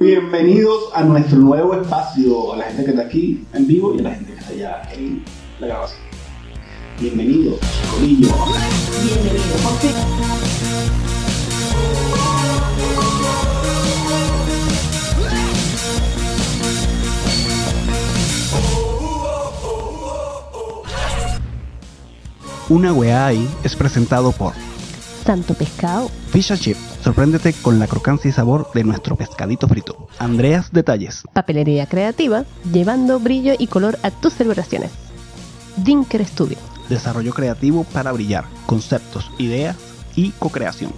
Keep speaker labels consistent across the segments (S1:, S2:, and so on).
S1: Bienvenidos a nuestro nuevo espacio, a la gente que está aquí en vivo y a la gente que está allá en la grabación. Bienvenidos, Corillo. Una weá ahí es presentado por
S2: Santo pescado.
S1: Fish and Chip. Sorpréndete con la crocancia y sabor de nuestro pescadito frito. Andreas Detalles.
S2: Papelería creativa, llevando brillo y color a tus celebraciones. Dinker Studio.
S1: Desarrollo creativo para brillar. Conceptos, ideas y co-creación.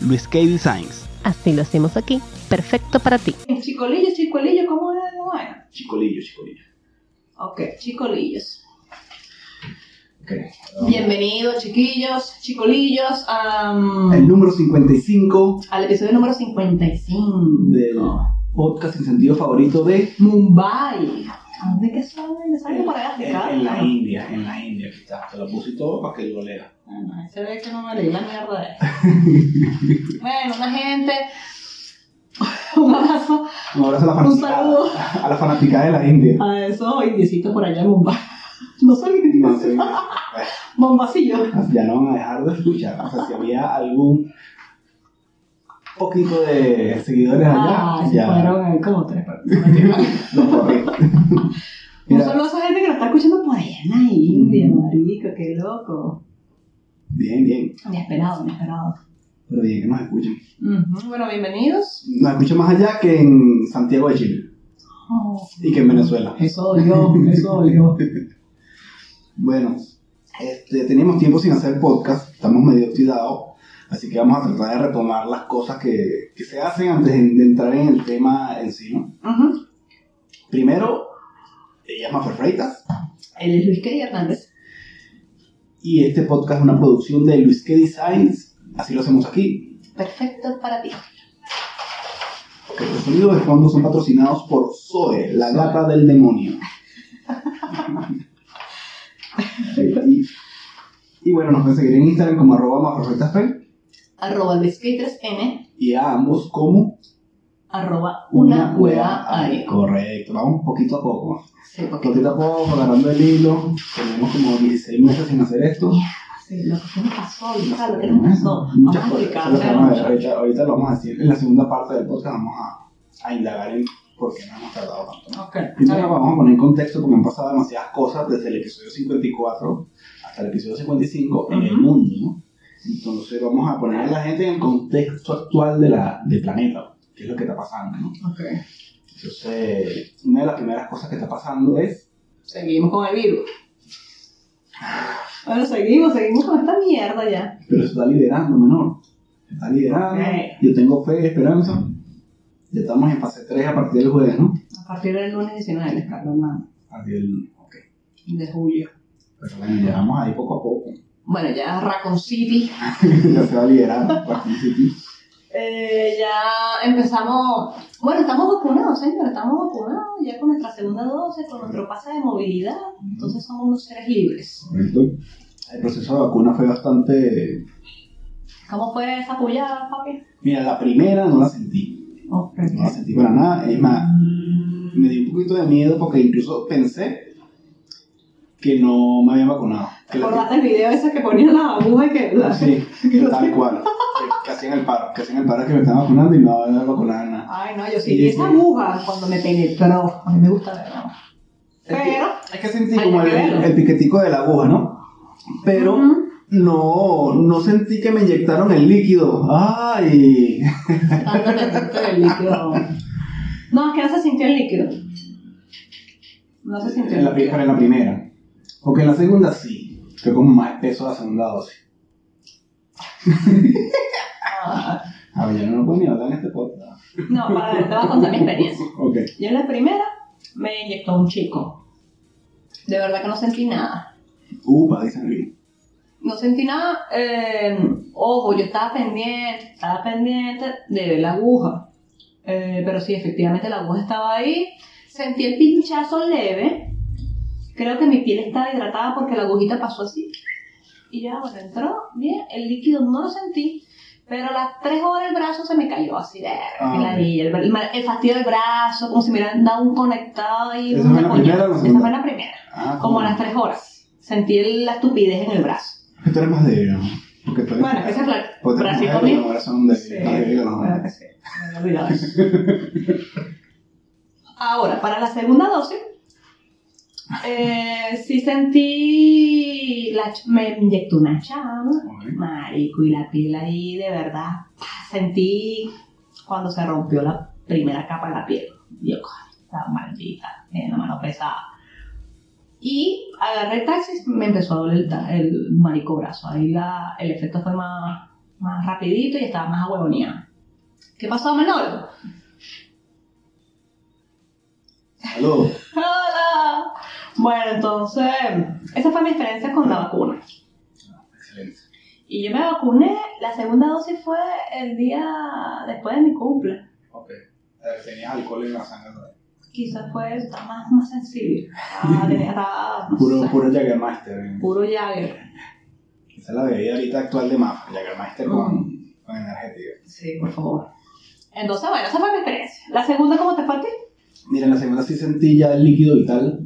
S1: Luis K. Designs.
S2: Así lo hacemos aquí. Perfecto para ti.
S3: Eh, Chicolillos, chicolillos, ¿cómo era la vaina?
S1: Chicolillo, chicolillo.
S3: Ok, chicolillos.
S1: Um,
S3: Bienvenidos, chiquillos, chicolillos, am,
S1: El número 55
S3: al episodio número 55.
S1: del podcast sin sentido favorito de...
S3: Mumbai. Ah, ¿De qué saben? ¿Le saben por allá?
S1: En, en la India, en la India, aquí está. Te lo puse y todo para que lo lea.
S3: Ah, no, Se ve que no me leí la mierda de Bueno, una gente. Un abrazo
S1: Un abrazo a la
S3: Un
S1: fanática.
S3: saludo.
S1: A la fanática de la India.
S3: a esos indiecitos por allá en Mumbai. No saben qué
S1: No
S3: digo.
S1: sé,
S3: Bombacillo.
S1: ya no van a dejar de escuchar. O sea, si había algún poquito de seguidores allá,
S3: Ah, se
S1: ya
S3: fueron ahí como tres personas.
S1: lo corrí.
S3: Un
S1: Mira,
S3: saludo a esa gente que lo está escuchando por allá en la India, marico, qué loco.
S1: Bien, bien.
S3: Inesperado, inesperado.
S1: Pero bien que nos escuchan.
S3: Ujú, Bueno, bienvenidos.
S1: Nos escuchan más allá que en Santiago de Chile
S3: Oh,
S1: y que en Venezuela.
S3: eso dolió, eso dolió.
S1: Bueno, este, teníamos tiempo sin hacer podcast, estamos medio oxidados, así que vamos a tratar de retomar las cosas que, que se hacen antes de, de entrar en el tema en sí, ¿no?
S3: Ujú.
S1: Primero, ella es Mafer Freitas
S3: Él es Luis Kelly Hernández.
S1: y este podcast es una producción de Luis K. Designs, así lo hacemos aquí,
S3: Perfecto para ti.
S1: Que Los sonidos de fondo son patrocinados por Zoe, la gata del demonio. y, y bueno, nos pueden seguir en Instagram como arroba maferfectasfe
S3: Arroba Luis Kelly 3N.
S1: y a ambos como
S3: Arroba una hueá
S1: ahí.
S3: ahí.
S1: Correcto, vamos poquito a poco.
S3: Sí, porque
S1: Poquito a poco, agarrando el hilo. Tenemos como 16 meses sin hacer esto.
S3: sí, lo que nos pasó,
S1: No sé,
S3: Luisa, Ah, lo que nos pasó. Vamos a
S1: Muchas cosas. Eso es lo que vamos a ver.
S3: explicarle.
S1: Ahorita, ahorita lo vamos a decir. En la segunda parte del podcast vamos a, a indagar en por qué nos hemos tardado tanto.
S3: Ok, está
S1: Primero
S3: bien.
S1: vamos a poner en contexto porque han pasado demasiadas cosas desde el episodio 54 hasta el episodio 55 en el
S3: Ujú.
S1: mundo, ¿no? Entonces vamos a poner a la gente en el contexto actual de la, del planeta, qué es lo que está pasando, ¿no?
S3: Ok,
S1: Entonces, Eh, una de las primeras cosas que está pasando es,
S3: seguimos con el virus. Bueno, seguimos, seguimos con esta mierda ya.
S1: pero se está liderando, menor. Se Está liderando,
S3: Ok.
S1: yo tengo fe, esperanza. Ya estamos en fase 3 a partir del jueves, ¿no?
S3: A partir del lunes 19, les cargo el mando,
S1: A partir del... Ok.
S3: de julio.
S1: Pero bueno, ya vamos ahí poco a poco.
S3: Bueno, ya Raccoon City.
S1: ya se va liderando. pues, Raccoon City.
S3: Eh, ya empezamos. Bueno, estamos vacunados, señor, estamos vacunados ya con nuestra segunda dosis, con nuestro pase de movilidad. Entonces somos unos seres libres.
S1: Correcto. El proceso de vacuna fue bastante...
S3: ¿Cómo fue esa pullada, papi?
S1: Mira, la primera no la sentí.
S3: Ok.
S1: No la sentí para nada. Es más, me dio un poquito de miedo porque incluso pensé que no me habían vacunado. Que la-
S3: ¿Acordaste el video ese que ponían las agujas y que la-
S1: Ah, Sí, tal cual. Que, que hacían el paro. Que hacían el paro que me estaban vacunando y no me habían vacunado en nada.
S3: Ay, no,
S1: Sí,
S3: yo sí vi
S1: sí.
S3: esa aguja cuando me penetró. A mí me gusta verlo.
S1: Es que,
S3: Pero.
S1: es que sentí
S3: Hay
S1: como
S3: que
S1: el,
S3: verlo.
S1: el piquetico de la aguja, ¿no? Pero...
S3: Ujú.
S1: No, no sentí que me inyectaron el líquido. ¡Ay!
S3: Tanto pendiente del líquido. No, es que no se sintió el líquido. No se sintió
S1: En
S3: el
S1: la, pri-
S3: líquido.
S1: pero en la primera. Porque en la segunda sí. Fue como más espeso la segunda dosis.
S3: Ah,
S1: A ver, yo no puedo ni hablar en este podcast.
S3: No, para, te voy a contar mi experiencia.
S1: Ok.
S3: Yo en la primera me inyectó un chico. De verdad que no sentí nada.
S1: Upa, dicen bien.
S3: No sentí nada. eh, ojo, yo estaba pendiente, estaba pendiente de ver la aguja. Eh, pero sí, efectivamente la aguja estaba ahí. Sentí el pinchazo leve. Creo que mi piel estaba hidratada porque la agujita pasó así. Y ya, bueno, entró bien. El líquido no lo sentí. Pero a las tres horas el brazo se me cayó así de
S1: Ah,
S3: la
S1: ok.
S3: niña, el, el, el fastidio del brazo, como si me hubieran dado un conectado y
S1: ¿Esa
S3: una
S1: fue la
S3: coña.
S1: primera o la
S3: Esa
S1: segunda?
S3: fue la primera.
S1: Ah,
S3: Como a las tres horas. Sentí el- la estupidez en el brazo.
S1: Que tú eres más débil, ¿no? Porque tú eres-
S3: Bueno, esa es la
S1: porque tú eres
S3: bracito
S1: mujer y los hombres son débiles,
S3: Sí,
S1: más débiles que los hombres.
S3: claro que sí. Me había olvidado eso. Ahora, para la segunda dosis, eh, sí sentí. la ch- me inyectó una chama,
S1: Ok.
S3: marico, y la piel ahí de verdad. ah, Sentí cuando se rompió la primera capa de la piel. Yo, "Ay, la maldita, tiene la mano pesada. Y agarré taxis, me empezó a doler el, ta- el marico brazo. Ahí la, el efecto fue más, más rapidito y estaba más ahuevoneada. ¿Qué pasó, Manolo?
S1: Saludos.
S3: ¡Hola! Bueno, entonces, esa fue mi experiencia con la vacuna.
S1: Excelente.
S3: Y yo me vacuné, la segunda dosis fue el día después de mi cumple.
S1: Ok. Eh, Tenías alcohol en la sangre. ¿no?
S3: Quizás fue está más, más sensible. Ah, tenía- estaba, no
S1: Puro,
S3: sé,
S1: puro Jagermeister. ¿eh?
S3: puro Jagger.
S1: Esa es la bebida ahorita actual de Mafra. Jagermeister con, con energética.
S3: Sí, por favor. Entonces, bueno, esa fue mi experiencia. La segunda, ¿cómo te fue a ti?
S1: Mira, en la segunda sí sentí ya el líquido vital.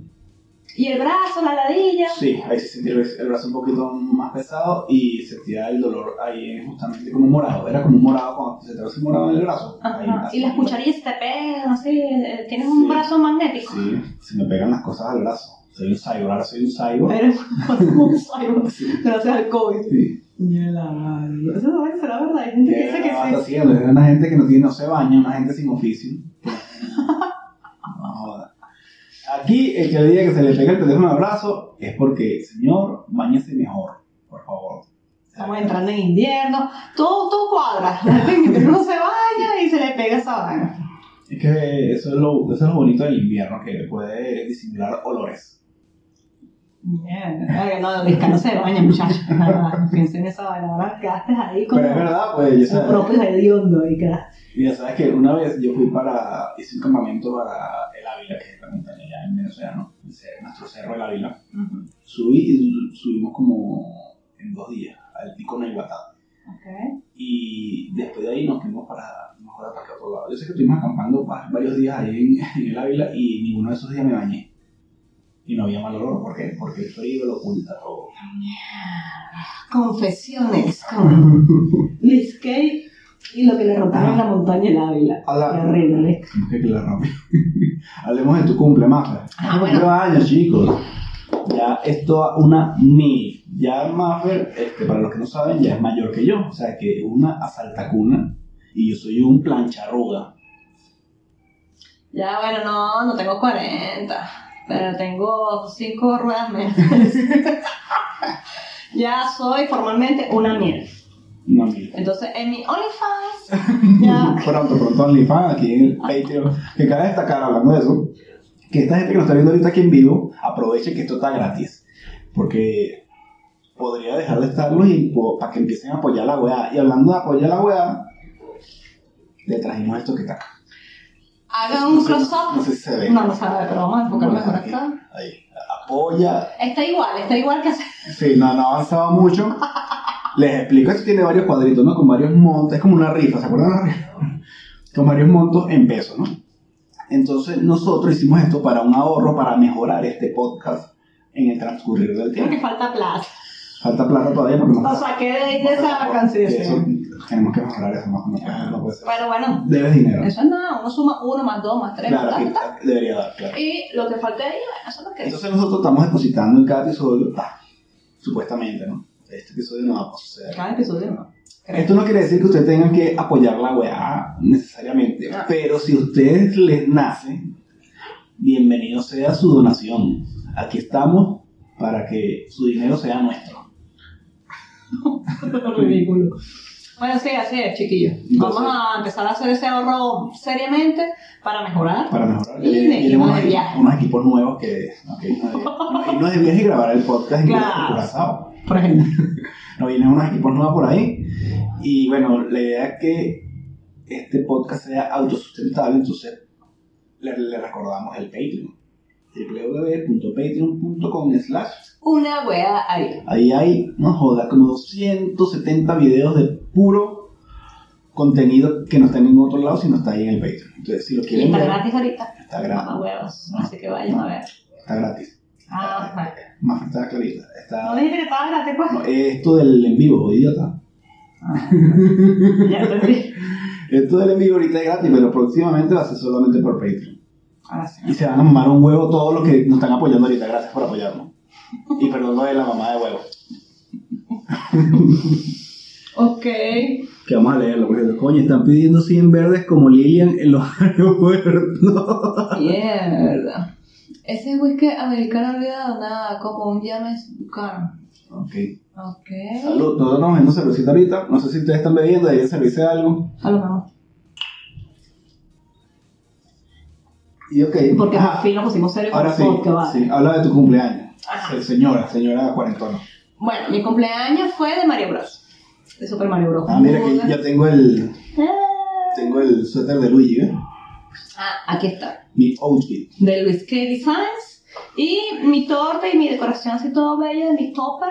S3: Y el brazo, la ladilla.
S1: Sí, ahí sí sentí el, el brazo un poquito más pesado y sentía el dolor ahí justamente como morado. Era como un morado cuando se te hace morado en el brazo. Ahí,
S3: Ajá.
S1: así.
S3: Y las cucharillas te pegan, así. eh, Tienes un
S1: Sí.
S3: brazo magnético.
S1: Sí, se me pegan las cosas al brazo. Soy un cyborg, ahora soy un cyborg.
S3: Eres un cyborg, gracias al COVID.
S1: Sí.
S3: Eso no es la verdad. Hay gente que
S1: ¿Qué
S3: dice que
S1: vas
S3: sí.
S1: haciendo? Es una gente que no, tiene, no se baña, una gente sin oficio. No joda. Aquí el que diga que se le pega el teléfono al brazo es porque, señor, bañese mejor, por favor.
S3: Estamos entrando en invierno. Todo, todo cuadra. La gente en invierno se baña y se le pega esa vaina.
S1: Es que eso es lo, eso es lo bonito del invierno, que puede disimular olores.
S3: Mierda. Ay, No, Lisca no se baña, muchachos. Nada, Piensen en esa vaina. Ahora quedaste ahí con
S1: Pero es verdad, pues ya
S3: sus
S1: sabes,
S3: propios hediondos y quedaste.
S1: ya sabes que una vez yo fui para, hice un campamento para el Ávila, que es la montaña allá en Venezuela, ¿no? El cer- Nuestro cerro el Ávila.
S3: Ujú.
S1: Subí y subimos como en dos días al pico Naibatá.
S3: Ok.
S1: Y después de ahí nos fuimos para, nos fuimos para otro lado. Yo sé que estuvimos acampando va- varios días ahí en, en el Ávila y ninguno de esos días me bañé. Y no había mal olor, ¿por qué? Porque el frío lo oculta todo.
S3: Confesiones con Liz Kay y lo que le
S1: Ah.
S3: rompieron en la montaña el Ávila.
S1: A la-
S3: Qué horrible, Liz.
S1: ¿Cómo que la rompí? Hablemos de tu cumple, Mafe.
S3: Ah, bueno.
S1: Cumpleaños, chicos. Ya es toda una mil. Ya Mafer, este, para los que no saben, ya es mayor que yo. O sea, que es una asaltacuna y yo soy un plancharruga.
S3: Ya, bueno, no, no tengo 40, pero tengo 5 ruedas menos. ya soy formalmente una miel.
S1: Una mil.
S3: Entonces, en mi OnlyFans, ya.
S1: Pronto, pronto OnlyFans, aquí en el Patreon. Que cabe destacar, hablando de eso, que esta gente que nos está viendo ahorita aquí en vivo, aproveche que esto está gratis. Porque podría dejar de estarlo y para que empiecen a apoyar la weá. Y hablando de apoyar la weá, le trajimos esto que está acá.
S3: Hagan un
S1: No sé- No
S3: close-up.
S1: sé si se ve.
S3: No, no sabe, pero vamos a enfocar
S1: Bueno,
S3: mejor
S1: aquí.
S3: acá.
S1: Ahí. Apoya.
S3: Está igual, está igual que hace.
S1: Sí, no, no ha avanzado mucho. Les explico, esto tiene varios cuadritos, ¿no? Con varios montos, es como una rifa, ¿se acuerdan de la rifa? Con varios montos en pesos, ¿no? Entonces nosotros hicimos esto para un ahorro, para mejorar este podcast en el transcurrir del tiempo.
S3: Porque falta plata.
S1: Falta plata todavía porque no
S3: Lo saqué de ahí de esa
S1: Eso,
S3: canción.
S1: tenemos que mejorar eso, no, no, no puede ser.
S3: Pero bueno,
S1: Debes dinero.
S3: eso es nada. Uno suma 1 más 2 más 3
S1: Claro,
S3: más
S1: que
S3: ta, ta,
S1: debería dar, claro.
S3: ta. Y lo que falta ahí, bueno, eso es lo que
S1: Entonces nosotros estamos depositando en cada episodio, ta, supuestamente, ¿no? Este episodio no va a suceder.
S3: Cada episodio no.
S1: Esto no quiere decir que ustedes tengan que apoyar la weá necesariamente,
S3: Ah.
S1: pero si a ustedes les nace, bienvenido sea su donación. Aquí estamos para que su dinero sea nuestro.
S3: Ridículo. Bueno, sí, así es, chiquillos.
S1: Entonces-
S3: Vamos a empezar a hacer ese ahorro seriamente para mejorar.
S1: Para mejorar,
S3: Y de
S1: vienen
S3: equipo
S1: unos,
S3: de viaje.
S1: unos equipos nuevos que ok, no es- no es de viaje y grabar el podcast en
S3: Claro.
S1: Curazao.
S3: Por ejemplo.
S1: nos vienen unos equipos nuevos por ahí. Y bueno, la idea es que este podcast sea autosustentable, entonces le, le recordamos el Patreon. www.patreon.com slash.
S3: Una wea ahí.
S1: Ahí hay, no joda, como 270 videos de puro contenido que no está en ningún otro lado, sino está ahí en el Patreon. Entonces, si lo
S3: Y
S1: quieren
S3: está
S1: ver,
S3: gratis ahorita.
S1: está
S3: Mamá
S1: gratis.
S3: huevos. Así que vayan a ver.
S1: Está gratis.
S3: Ah, fuck.
S1: Más está clarita.
S3: No
S1: Está...
S3: dijiste que estaba gratis, pues.
S1: No, esto del en vivo, idiota.
S3: Ya entendí.
S1: Esto del en vivo ahorita es gratis, pero próximamente va a ser solamente por Patreon.
S3: Ahora sí.
S1: Y se van a mamar un huevo todos los que nos están apoyando ahorita. Gracias por apoyarnos. Y perdón lo de la mamá de huevo.
S3: Ok.
S1: Que vamos a leerlo, por ejemplo. Coño, están pidiendo 100 verdes como Lilian en los aeropuertos.
S3: Mierda. Ese whisky americano olvidado, nada, como un James Buchanan.
S1: ok.
S3: Ok.
S1: Salud, todos estamos bebiendo cervecita ahorita. No sé si ustedes están bebiendo, deberían servirse algo.
S3: A lo mejor.
S1: Y ok.
S3: Porque
S1: ajá,
S3: al fin nos pusimos serio
S1: Ahora sí,
S3: con porque vale.
S1: sí, habla de tu cumpleaños.
S3: Ajá.
S1: Sí, Señora, señora cuarentona.
S3: Bueno, mi cumpleaños fue de Mario Bros. De Super Mario Bros.
S1: Ah, mira que ya tengo el,
S3: Ah.
S1: tengo el suéter de Luigi, ¿eh?
S3: Ah, aquí está.
S1: Mi outfit.
S3: De Luis K. Designs. Y mi torta y mi decoración así todo bello de mi topper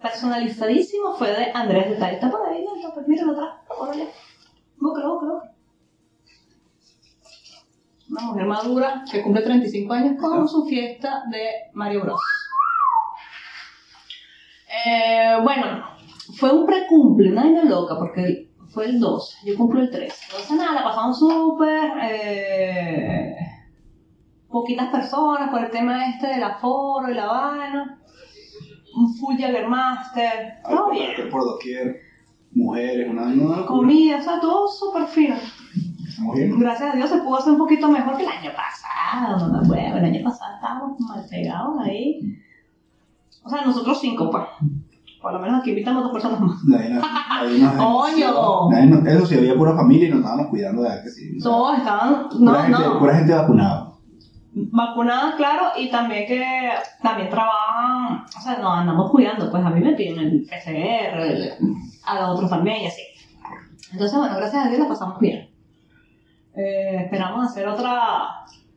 S3: personalizadísimo fue de Andrés Detalle. Está por ahí, ¿no? Pues el topper. Míralo atrás. Órale. Búscalo, búscalo. búscalo. Una mujer madura que cumple 35 años con su fiesta de Mario Bros. Eh, bueno, fue un precumple, una vaina loca, porque fue el 2, yo cumplo el 3. Entonces nada, la pasamos súper. eh, poquitas personas por el tema este del aforo y la vaina. Un full Jagger Master. Todo bien.
S1: Arte Por doquier. Mujeres, una, una locura.
S3: Comida, o sea, todo súper fino.
S1: Estamos bien.
S3: Gracias a Dios se pudo hacer un poquito mejor que el año pasado, mamá huevo. El año pasado estábamos mal pegados ahí. O sea, nosotros cinco, pues. Por lo menos aquí invitamos dos personas más.
S1: Nadie nos- nadie nos-
S3: ¡Coño!
S1: nadie nos- Eso sí, había pura familia y nos estábamos cuidando de que sí. o sea,
S3: Todos estaban.
S1: pura,
S3: No,
S1: gente,
S3: no.
S1: pura gente vacunada.
S3: Vacunadas, claro, y también que también trabajan. O sea, nos andamos cuidando, pues a mí me piden el PCR, el- a los otros también y así. Entonces, bueno, gracias a Dios la pasamos bien. Eh, esperamos hacer otra.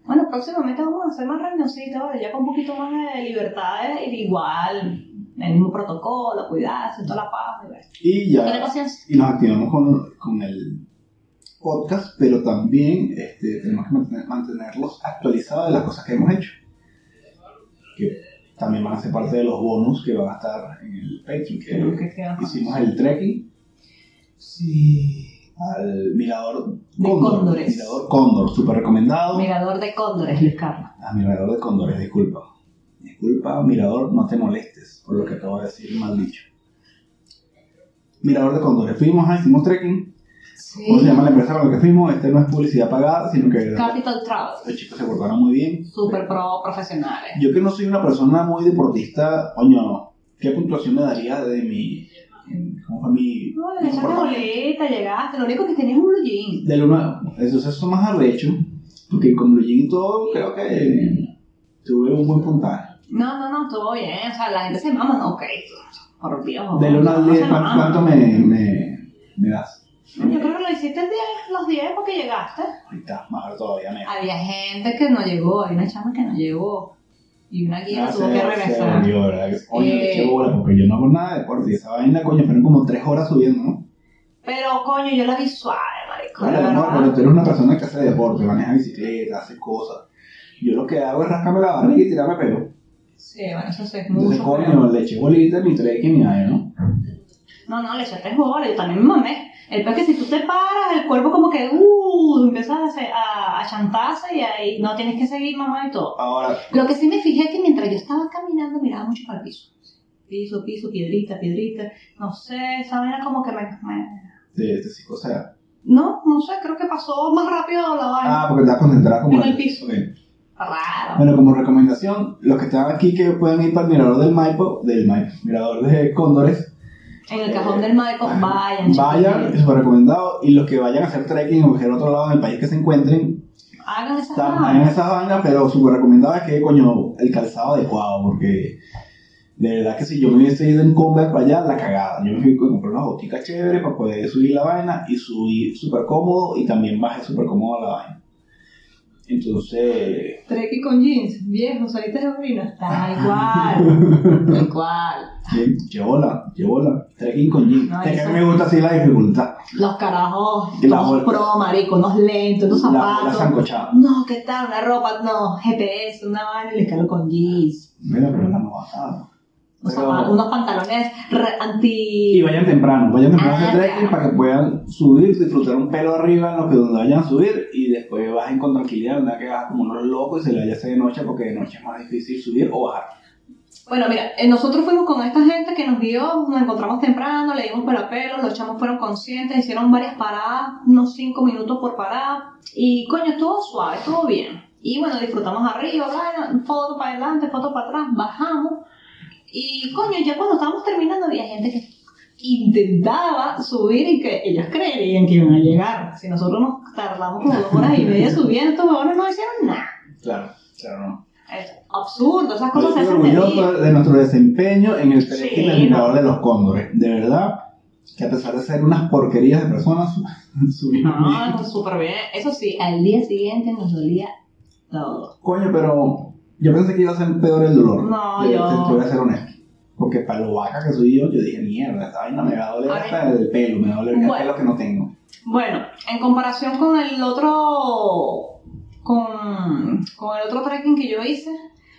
S3: Bueno, próximamente vamos a hacer más reunioncitas, ¿vale? ya con un poquito más de libertades, y igual, el mismo protocolo, cuidarse, toda la paz, y ver.
S1: Y ya.
S3: Tener paciencia.
S1: y nos activamos con, con el podcast, pero también este, tenemos que mantener- mantenerlos actualizados de las cosas que hemos hecho. Que también van a ser parte de los bonus que van a estar en el Patreon. Que
S3: Que sea-
S1: hicimos el trekking sí. al Mirador
S3: De cóndores.
S1: Mirador Cóndor, súper recomendado.
S3: Mirador de cóndores, Luis Carlos.
S1: Ah, Mirador de Cóndores, disculpa. Disculpa, Mirador, no te molestes por lo que acabo de decir, mal dicho. Mirador de Cóndores, fuimos, ah, hicimos trekking. ¿Cómo se
S3: Sí.
S1: llama la empresa con la que fuimos? Este no es publicidad pagada, sino que
S3: Capital Travel.
S1: los chicos se portaron muy bien.
S3: Super pro profesionales.
S1: Yo que no soy una persona muy deportista, coño, ¿qué puntuación me daría de mi... ¿Cómo fue mi...
S3: No,
S1: mi
S3: le echaste
S1: comportamiento?
S3: boleta, llegaste. Lo único que tenías es un blue jean.
S1: Del 1 a... Eso es más arrecho, porque con blue jean y todo, creo que tuve un buen puntaje.
S3: No, no, no, estuvo bien. O sea, la gente se mama, no, ok. Por Dios.
S1: Del 1 al
S3: no
S1: 10,
S3: se
S1: ¿cuánto,
S3: mama.
S1: cuánto me, me, me das?
S3: Yo creo que lo hiciste el 10, los 10 porque llegaste.
S1: Ahí está, mejor todavía, me
S3: Había gente que no llegó, hay una chama que no llegó. Y una guía
S1: Ah,
S3: tuvo
S1: se-
S3: que
S1: se
S3: regresar.
S1: volvió, ¿verdad? Que, Coño, le
S3: Eh.
S1: eché bola, porque yo no hago nada de deporte. Y esa vaina, coño, fueron como tres horas subiendo, ¿no?
S3: Pero coño, yo la vi suave, marico. de
S1: Claro, mi amor,
S3: verdad.
S1: pero tú eres una persona que hace deporte, maneja bicicleta, hace cosas. Yo lo que hago es rascarme la barriga y tirarme pelo.
S3: Sí, bueno, eso sí es
S1: Entonces,
S3: mucho.
S1: coño,
S3: pero-
S1: le eché bolita, mi trek y mi aire, ¿no?
S3: No, no, le echaste bolas, yo también me mamé. El peor es que si tú te paras, el cuerpo como que, uh, empiezas a, hacer- a, a chantarse y ahí no tienes que seguir mamá y todo.
S1: Ahora,
S3: Lo que sí me fijé que mientras yo estaba caminando miraba mucho para el piso. Piso, piso, piedrita, piedrita. No sé, esa vaina como que me... me-
S1: de este sí, o sea.
S3: No, no sé, creo que pasó más rápido la vaina.
S1: Ah, porque estás concentrada como.
S3: En el piso.
S1: Ok.
S3: Raro.
S1: Ah. Bueno, como recomendación, los que están aquí que pueden ir para el mirador del Maipo, del Maipo, mirador de Cóndores,
S3: En el cajón del Maico, Oh, vayan.
S1: vayan, es
S3: chicos.
S1: súper recomendado. Y los que vayan a hacer trekking o cualquier otro lado del país que se encuentren,
S3: Ah. Hagan esa
S1: Están en
S3: vaina.
S1: esas vainas, pero súper recomendado es que, coño, el calzado adecuado, porque de verdad que si yo me hubiese ido en Converse para allá, la cagada. Yo me fui a comprar unas boticas chéveres para poder subir la vaina y subí súper cómodo y también bajé súper cómodo la vaina. Entonces,
S3: Treki con jeans, viejo, saliste de orina. Tal
S1: Ah.
S3: cual, tal cual.
S1: bien, qué bola, qué bola. Trekking con jeans.
S3: No,
S1: Es que a
S3: eso-
S1: mí me gusta así la dificultad.
S3: Los carajos,
S1: Y la
S3: los
S1: bola-
S3: pro, marico, unos lentos, unos
S1: La bola
S3: zapatos.
S1: sancochada.
S3: No, ¿qué tal? Una ropa, no, GPS, una vaina y le calo con jeans.
S1: Mira, pero la no bajada.
S3: Unos,
S1: Pero-
S3: zapatos, unos pantalones re-
S1: Y
S3: anti...
S1: vayan temprano, vayan temprano a
S3: Ah,
S1: hacer trekking
S3: claro.
S1: para que puedan subir, disfrutar un pelo arriba en lo que donde vayan a subir y después bajen con tranquilidad, no que bajas como unos locos y se le vaya a hacer de noche porque de noche es más difícil subir o bajar.
S3: Bueno, mira, eh, nosotros fuimos con esta gente que nos guió, nos encontramos temprano, le dimos pelo, los chamos fueron conscientes, hicieron varias paradas, unos 5 minutos por parada, y coño, estuvo suave, estuvo bien. Y bueno, disfrutamos arriba, vaina, foto para adelante, foto para atrás, bajamos, y coño, ya cuando estábamos terminando había gente que intentaba subir y que ellos creerían que iban a llegar. Si nosotros nos tardamos como dos horas y media subiendo, estos huevones no hicieron nada.
S1: Claro, claro, no.
S3: Es absurdo, esas
S1: Yo
S3: cosas se
S1: estoy
S3: hacen de día.
S1: orgulloso de nuestro desempeño en el trekking
S3: Sí,
S1: del mirador de los cóndores. De verdad, que a pesar de ser unas porquerías de personas, subimos bien.
S3: No, súper bien. Eso sí, al día siguiente nos dolía todo.
S1: Coño, pero yo pensé que iba a ser peor el dolor.
S3: No,
S1: Te-
S3: yo-
S1: Te, te voy a ser honesto. Porque para lo vaca que soy yo, yo dije, mierda, esta vaina me va a doler
S3: A
S1: hasta el pelo, me va a doler
S3: Bueno.
S1: el pelo que no tengo.
S3: Bueno, en comparación con el otro. Con, con el otro trekking que yo hice,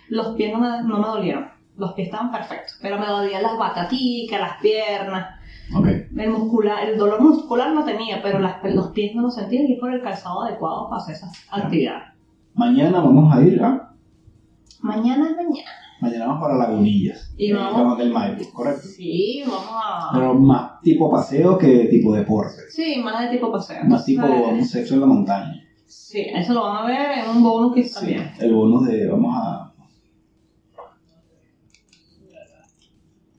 S3: los pies no me, no me dolieron. Los pies estaban perfectos. Pero me dolían las bataticas, las piernas.
S1: Ok.
S3: El, muscular, el dolor muscular no tenía, pero las- los pies no los sentía y es por el calzado adecuado para hacer esa actividad.
S1: Mañana vamos a ir a...
S3: Mañana es mañana.
S1: Mañana vamos para Lagunillas.
S3: Y
S1: el
S3: vamos-
S1: Campo del Maipo, correcto.
S3: Sí, vamos a.
S1: Pero más tipo paseo que tipo deporte.
S3: Sí, más de tipo paseo.
S1: Más tipo
S3: Eh,
S1: sexo en la montaña.
S3: Sí, eso lo van a ver en un bonus que está
S1: Sí,
S3: bien.
S1: el bonus de vamos a.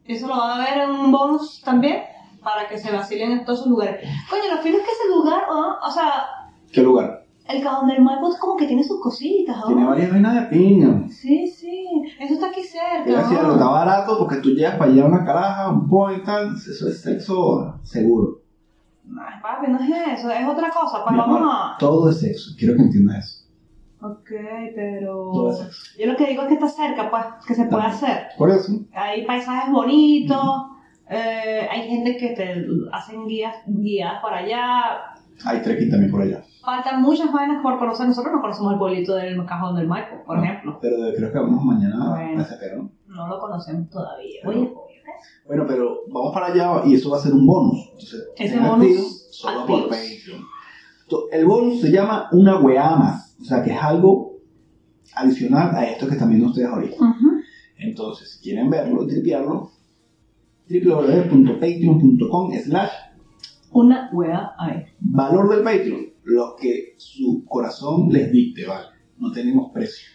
S3: Eso lo van a ver en un bonus también para que se vacilen en todos esos lugares. Coño, lo fino es que ese lugar, ah, o sea,
S1: ¿Qué lugar?
S3: el cajón del Maipo como que tiene sus cositas, ¿ah?
S1: Tiene varias vainas de piña.
S3: Sí, sí, eso está aquí cerca. ¿ah?
S1: Yo decía,
S3: ¿no?
S1: lo está barato porque tú llegas para allá una caraja, un point y tal. Eso es sexo seguro.
S3: Ay, papi, no es eso, es otra cosa. Pues
S1: Mi
S3: vamos
S1: amor,
S3: a.
S1: Todo es sexo. Quiero que entiendas eso.
S3: Ok, pero.
S1: Todo es sexo.
S3: Yo lo que digo es que está cerca, pues, que se puede
S1: También.
S3: hacer.
S1: Por eso.
S3: Hay paisajes bonitos, eh, hay gente que te hacen guías, guías para allá.
S1: Hay trekking también por allá.
S3: Faltan muchas vainas por conocer. Nosotros no conocemos el pueblito del Cajón del Maipo, por ejemplo.
S1: Pero creo que vamos mañana
S3: Bueno.
S1: a ese perro.
S3: No lo conocemos todavía. Oye, oye,
S1: Bueno, pero vamos para allá y eso va a ser un bonus. Entonces,
S3: Ese
S1: estén
S3: bonus,
S1: activos solo por
S3: activos.
S1: Patreon. To- El bonus se llama una weá más. O sea, que es algo adicional a esto que están viendo ustedes ahorita. Entonces, si quieren verlo, tripearlo, www.patreon.com slash
S3: Una hueá hay.
S1: valor del Patreon. Lo que su corazón les dicte, ¿vale? No tenemos precio.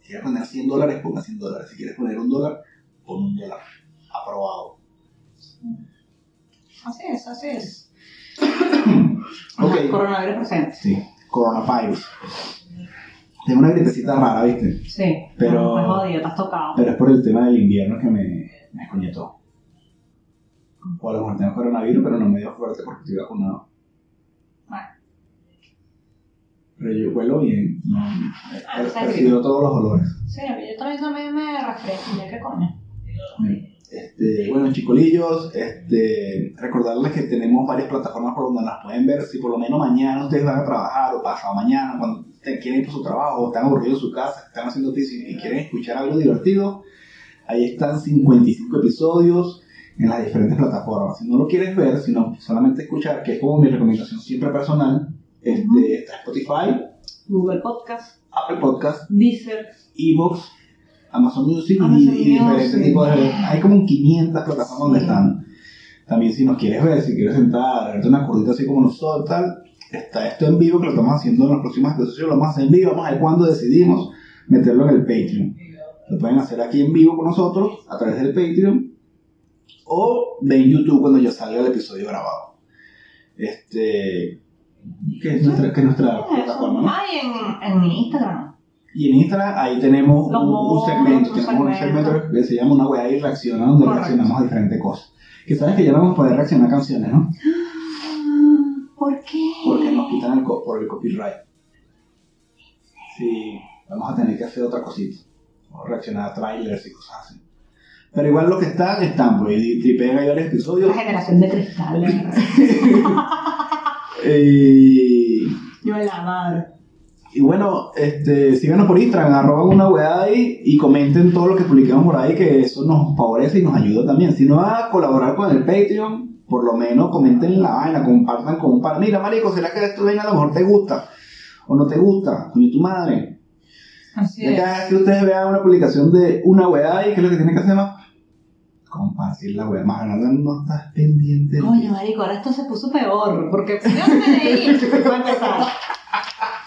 S1: Si quieres poner 100 dólares, ponga 100 dólares. Si quieres poner un dólar, pon un dólar. Aprobado.
S3: Así es, así es.
S1: Ok.
S3: Ajá, Coronavirus presente.
S1: Sí, coronavirus. Tengo una gripecita rara, ¿viste?
S3: Sí.
S1: Pero-
S3: No, Pues jodido, estás tocado.
S1: Pero es por el tema del invierno que me, me escoñetó. O a lo mejor tengo coronavirus, pero no me dio fuerte porque estoy vacunado.
S3: Bueno.
S1: Pero yo huelo bien. No,
S3: Ah,
S1: per-
S3: está
S1: percibo todos los olores.
S3: Sí, a mí yo también, también me resfrié. Mira qué coño.
S1: Este, bueno, chicolillos, este, recordarles que tenemos varias plataformas por donde las pueden ver. Si por lo menos mañana ustedes van a trabajar o pasado mañana, cuando te- quieren ir por su trabajo, o están aburridos en su casa, están haciendo tesis y quieren escuchar algo divertido, ahí están 55 episodios en las diferentes plataformas. Si no lo quieres ver, sino solamente escuchar, que es como mi recomendación siempre personal,
S3: Ujú.
S1: este, está Spotify,
S3: Google Podcast,
S1: Apple Podcast,
S3: Deezer.
S1: Evox, Amazon Music
S3: Amazon
S1: y, y diferentes
S3: Music.
S1: tipos de... Hay como 500 plataformas donde
S3: Sí.
S1: están. También si nos quieres ver, si quieres sentar, darte una currita así como nosotros, tal, está esto en vivo que lo estamos haciendo en los próximos episodios, lo vamos a hacer en vivo, vamos a ver cuándo decidimos meterlo en el Patreon. Lo pueden hacer aquí en vivo con nosotros, a través del Patreon, o de en YouTube cuando ya salga el episodio grabado. Este... Que es nuestra, que es nuestra plataforma, ¿no?
S3: Ay, en, en mi Instagram.
S1: Y en Instagram ahí tenemos un,
S3: Los
S1: un
S3: bonos,
S1: segmento,
S3: un
S1: tenemos un
S3: segmento.
S1: segmento que se llama Una weá y reacciona, donde
S3: Correcto.
S1: reaccionamos a diferentes cosas. Que sabes que ya no vamos a poder reaccionar a canciones, ¿no?
S3: Ah, ¿Por qué?
S1: Porque nos quitan el co- por el copyright. Sí, vamos a tener que hacer otra cosita. O reaccionar a trailers y cosas así. Pero igual lo que están, están, pues, y tripean ahí varios episodios.
S3: La generación de cristal.
S1: Y,
S3: Yo en la madre.
S1: y bueno, este, síganos por Instagram, arroban una weá ahí y comenten todo lo que publiquemos por ahí, que eso nos favorece y nos ayuda también. Si no van a colaborar con el Patreon, por lo menos comenten la vaina, compartan con un par. Mira, marico, ¿será que esto vaina a lo mejor te gusta? ¿O no te gusta? Coño, tu madre.
S3: Así
S1: Ya
S3: es.
S1: cada vez que ustedes vean una publicación de una weá y qué es lo que tienen que hacer más, compartir la weá más grande, no estás pendiente.
S3: Coño, marico, ahora esto se puso peor, porque yo me leí, para empezar.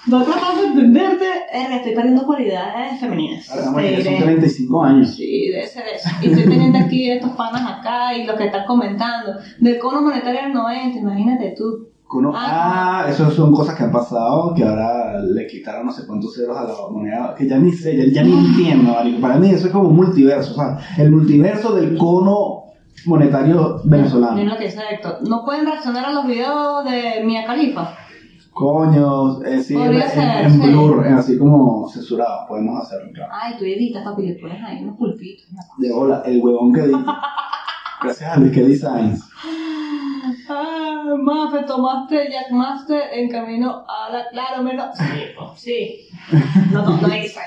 S3: No tratas de entenderte, eh, estoy perdiendo cualidades femeninas.
S1: Ahora estamos aquí,
S3: Te
S1: que son
S3: diré.
S1: 35 años.
S3: Sí, debe ser eso. Y estoy teniendo aquí estos panas acá y los que están comentando. Del cono monetario del 90, imagínate tú.
S1: Que uno- ah,
S3: Ah.
S1: eso son cosas que han pasado, que ahora le quitaron no sé cuántos ceros a la moneda, que ya ni sé, ya, ya ni
S3: Ah.
S1: entiendo, marico. Para mí eso es como un multiverso, o sea, el multiverso del cono monetario
S3: Miren
S1: venezolano.
S3: lo que dice Héctor. No pueden reaccionar a los videos de Mia Khalifa.
S1: Coño, eh, sí, en,
S3: Podría ser,
S1: en
S3: sí.
S1: blur, eh, así como censurado, podemos hacerlo, claro.
S3: Ay, tú editas, papi, le pones ahí unos pulpitos. una
S1: de hola, el huevón que dice. Gracias a Miquel Designs.
S3: Ah, Mafe, tomaste Jack Master en camino a la claro menos. Sí. No, no, no hice.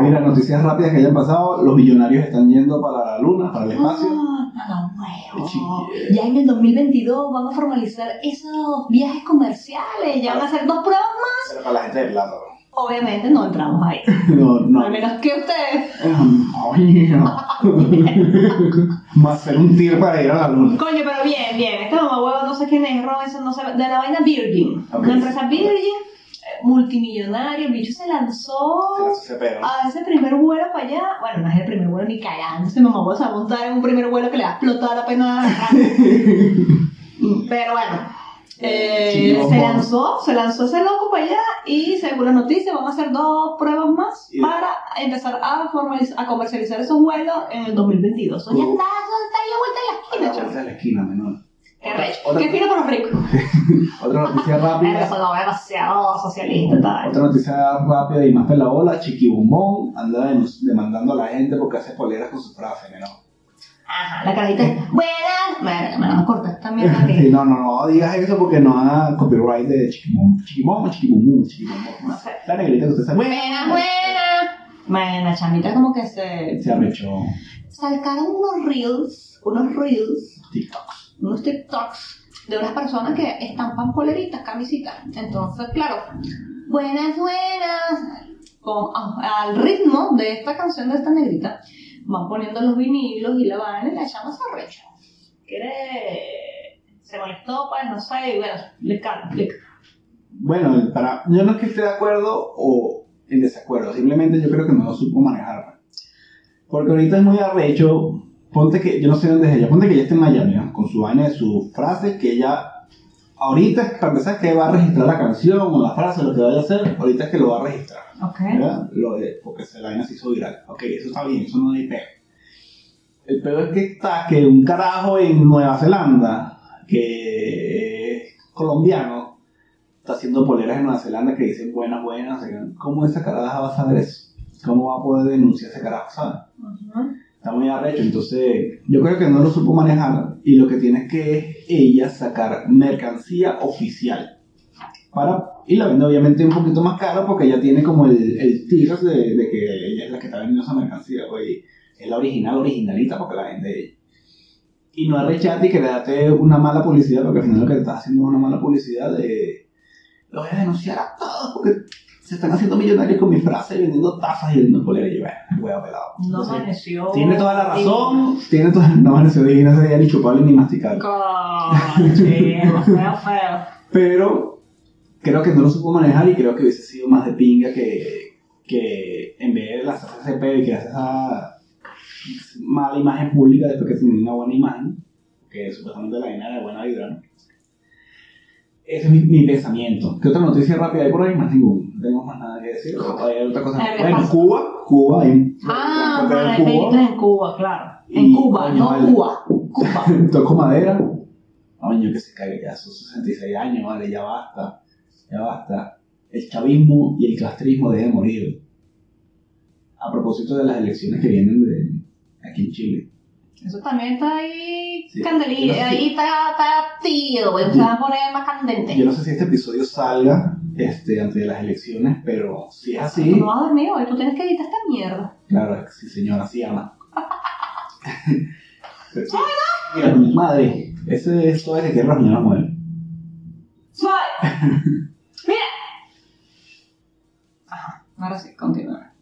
S1: Mira, noticias rápidas que hayan pasado. Los millonarios están yendo para la luna, para el espacio.
S3: Ah, no, huevo.
S1: Chiquilla.
S3: Ya en el 2022 van a formalizar esos viajes comerciales. Ya van a hacer dos pruebas más.
S1: Pero para la gente de plata.
S3: Obviamente no entramos ahí.
S1: No, no.
S3: Al menos que ustedes.
S1: Más hacer un tiro para ir a la luna.
S3: Coño, pero bien, bien. Este mamá huevo no sé quién es, Robinson, no sabe. De la vaina Virgin.
S1: Ok.
S3: Una empresa Virgin, eh, multimillonario. El bicho se lanzó.
S1: Se pero.
S3: a Ah, ese primer vuelo para allá, bueno, no es el primer vuelo ni cagándose, mamá, vos a montar en un primer vuelo que le va a explotar la pena. Pero bueno, eh,
S1: Sí, vamos.
S3: se lanzó, se lanzó ese loco para allá y según las noticias van a hacer dos pruebas más
S1: Y-
S3: para empezar a, formaliz- a comercializar esos vuelos en el 2022. Eso ya
S1: Uh.
S3: está, eso está ahí a vuelta en la esquina, chaval.
S1: Vuelta a la esquina, menor.
S3: Qué recho.
S1: Otra-
S3: Qué fino para los ricos.
S1: Otra noticia
S3: Pero
S1: rápida.
S3: eso no es demasiado socialista, tal.
S1: Otra noticia rápida y más pelabola. Chiquibombón anda denun- demandando a la gente porque hace poleras con su frase, menor.
S3: Ajá, Ah, la carajita.
S1: Eh.
S3: Buenas. Me, me van a cortar esta mierda aquí.
S1: Sí, no, no, no digas eso porque no haga copyright de Chiquimón, Chiquimón, Chiquimón, Chiquimón.
S3: No sé.
S1: La negrita que usted sabe.
S3: Buenas, buenas. Bueno, la chamita como que se
S1: Se arrechó
S3: salcaron unos reels, unos reels,
S1: TikTok.
S3: unos TikToks de unas personas que estampan poleritas, camisitas. Entonces, claro, buenas, buenas. Con- a- al ritmo de esta canción de esta negrita, van poniendo los vinilos y la van y la chama se arrecha. Quiere. Se molestó, pues no sé, y bueno, le canta, le
S1: Bueno, para, yo no es que esté de acuerdo o en desacuerdo, simplemente yo creo que no lo supo manejar. Porque ahorita es muy arrecho. Ponte que, yo no sé dónde es ella, ponte que ella está en Miami, ¿no? con su vaina de su frase, que ella ahorita es para empezar que va a registrar la canción o la frase, lo que vaya a hacer, ahorita es que lo va a registrar.
S3: Ok.
S1: ¿verdad? Lo de, porque se la vaina se hizo viral. Ok, eso está bien, eso no hay peo. El peor es que está que un carajo en Nueva Zelanda, que es colombiano, está haciendo poleras en Nueva Zelanda que dicen buenas, buenas. o sea, ¿Cómo esa caraja va a saber eso? ¿Cómo va a poder denunciar ese carajo, sabe? Está muy arrecho, entonces yo creo que no lo supo manejar y lo que tiene que es ella sacar mercancía oficial. Para, y la vende obviamente un poquito más cara porque ella tiene como el, el tiras de, de que ella es la que está vendiendo esa mercancía, pues, y es la original, originalita porque la vende ella. Y no arrechate y que le date una mala publicidad porque al final lo que está haciendo es una mala publicidad de lo voy a denunciar a todos porque se están haciendo millonarios con mi frase vendiendo tazas y vendiendo poleras y yo, bueno, huevo pelado.
S3: No
S1: Entonces,
S3: amaneció.
S1: tiene toda la razón, tiene toda no van a ser divinas de ni chupable ni masticable.
S3: Coche, feo, feo.
S1: Pero creo que no lo supo manejar y creo que hubiese sido más de pinga que, que en vez de las hacer ese pedo y que hace esa mala imagen pública después que tiene una buena imagen, que supuestamente la vaina era de buena vibra, ¿no? Ese es mi, mi pensamiento. ¿Qué otra noticia rápida hay por ahí? Más ninguna. No tenemos más nada que decir. ¿O hay otra cosa.
S3: A ver,
S1: Bueno,
S3: pasa.
S1: Cuba, Cuba, hay un-
S3: Ah,
S1: un-
S3: vale,
S1: un-
S3: películas en Cuba, claro. En
S1: Y,
S3: Cuba,
S1: coño,
S3: no
S1: vale.
S3: Cuba. Cuba.
S1: Toco madera. Coño, que se caiga, ya son 66 años, vale, ya basta. Ya basta. el chavismo y el castrismo deben morir. A propósito de las elecciones que vienen de aquí en Chile.
S3: Eso también está ahí
S1: Sí.
S3: candelilla,
S1: Yo no sé
S3: ahí está, está tío, güey, se va a poner más candente.
S1: Yo no sé si este episodio salga este, antes de las elecciones, pero si es así,
S3: No vas a dormir hoy, tú tienes que editar esta mierda.
S1: claro, sí señora, sí ama. Pero sí. Mira, madre, ese, esto es de que los niños mueren.
S3: Suave. Mira. Ajá, ahora sí, continúa.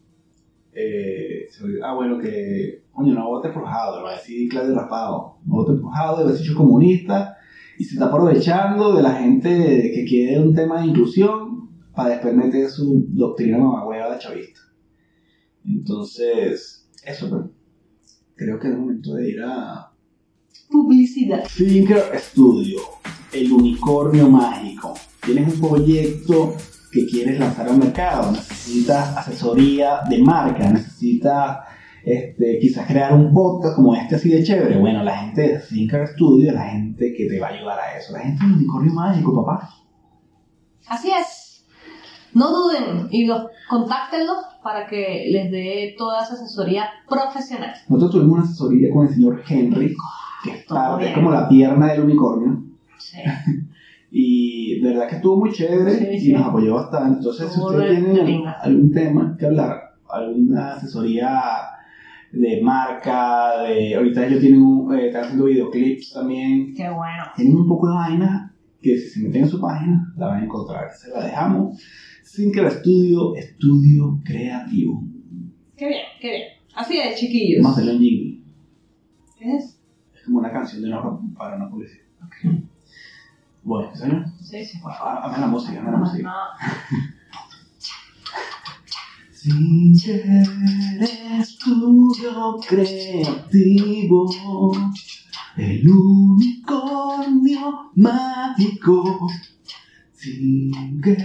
S1: Eh, se me olvidó- ah, bueno, que, coño, no vote por Jado, va a decir Claudio Raspado. No vote por Jado, debe ser hecho comunista y se está aprovechando de la gente que quiere un tema de inclusión para después meter su doctrina mamagüeva de chavista. Entonces, eso, pues. creo que es momento de ir a
S3: Publicidad.
S1: Thinker Studio, el unicornio mágico. Tienes un proyecto que quieres lanzar al mercado, necesitas asesoría de marca, necesitas este, quizás crear un podcast como este así de chévere. Bueno, la gente de Thinker Studio es la gente que te va a ayudar a eso. La gente del unicornio mágico, papá.
S3: Así es. No duden y los contáctenlos para que les dé toda esa asesoría profesional.
S1: Nosotros tuvimos una asesoría con el señor Henry, que es, parte, es como la pierna del unicornio.
S3: Sí.
S1: Y de verdad que estuvo muy chévere
S3: Sí,
S1: y
S3: sí.
S1: nos apoyó bastante. Entonces, si
S3: Estuvo
S1: ustedes
S3: re
S1: tienen
S3: pinga.
S1: algún tema que hablar, alguna asesoría de marca, de ahorita ellos tienen un, eh, están haciendo videoclips también,
S3: Qué bueno.
S1: tienen un poco de vaina que si se meten en su página la van a encontrar. Se la dejamos. Sinker Studio, estudio creativo.
S3: Qué bien, qué bien. Así es,
S1: Vamos a
S3: chiquillos.
S1: hacerle un jingle.
S3: ¿Es?
S1: Es como una canción de una, para una publicidad. Bueno, señor,
S3: Sí, sí, bueno.
S1: ah, hazme la música, hazme la música.
S3: No,
S1: Sincher estudio creativo, el unicornio mágico. Singer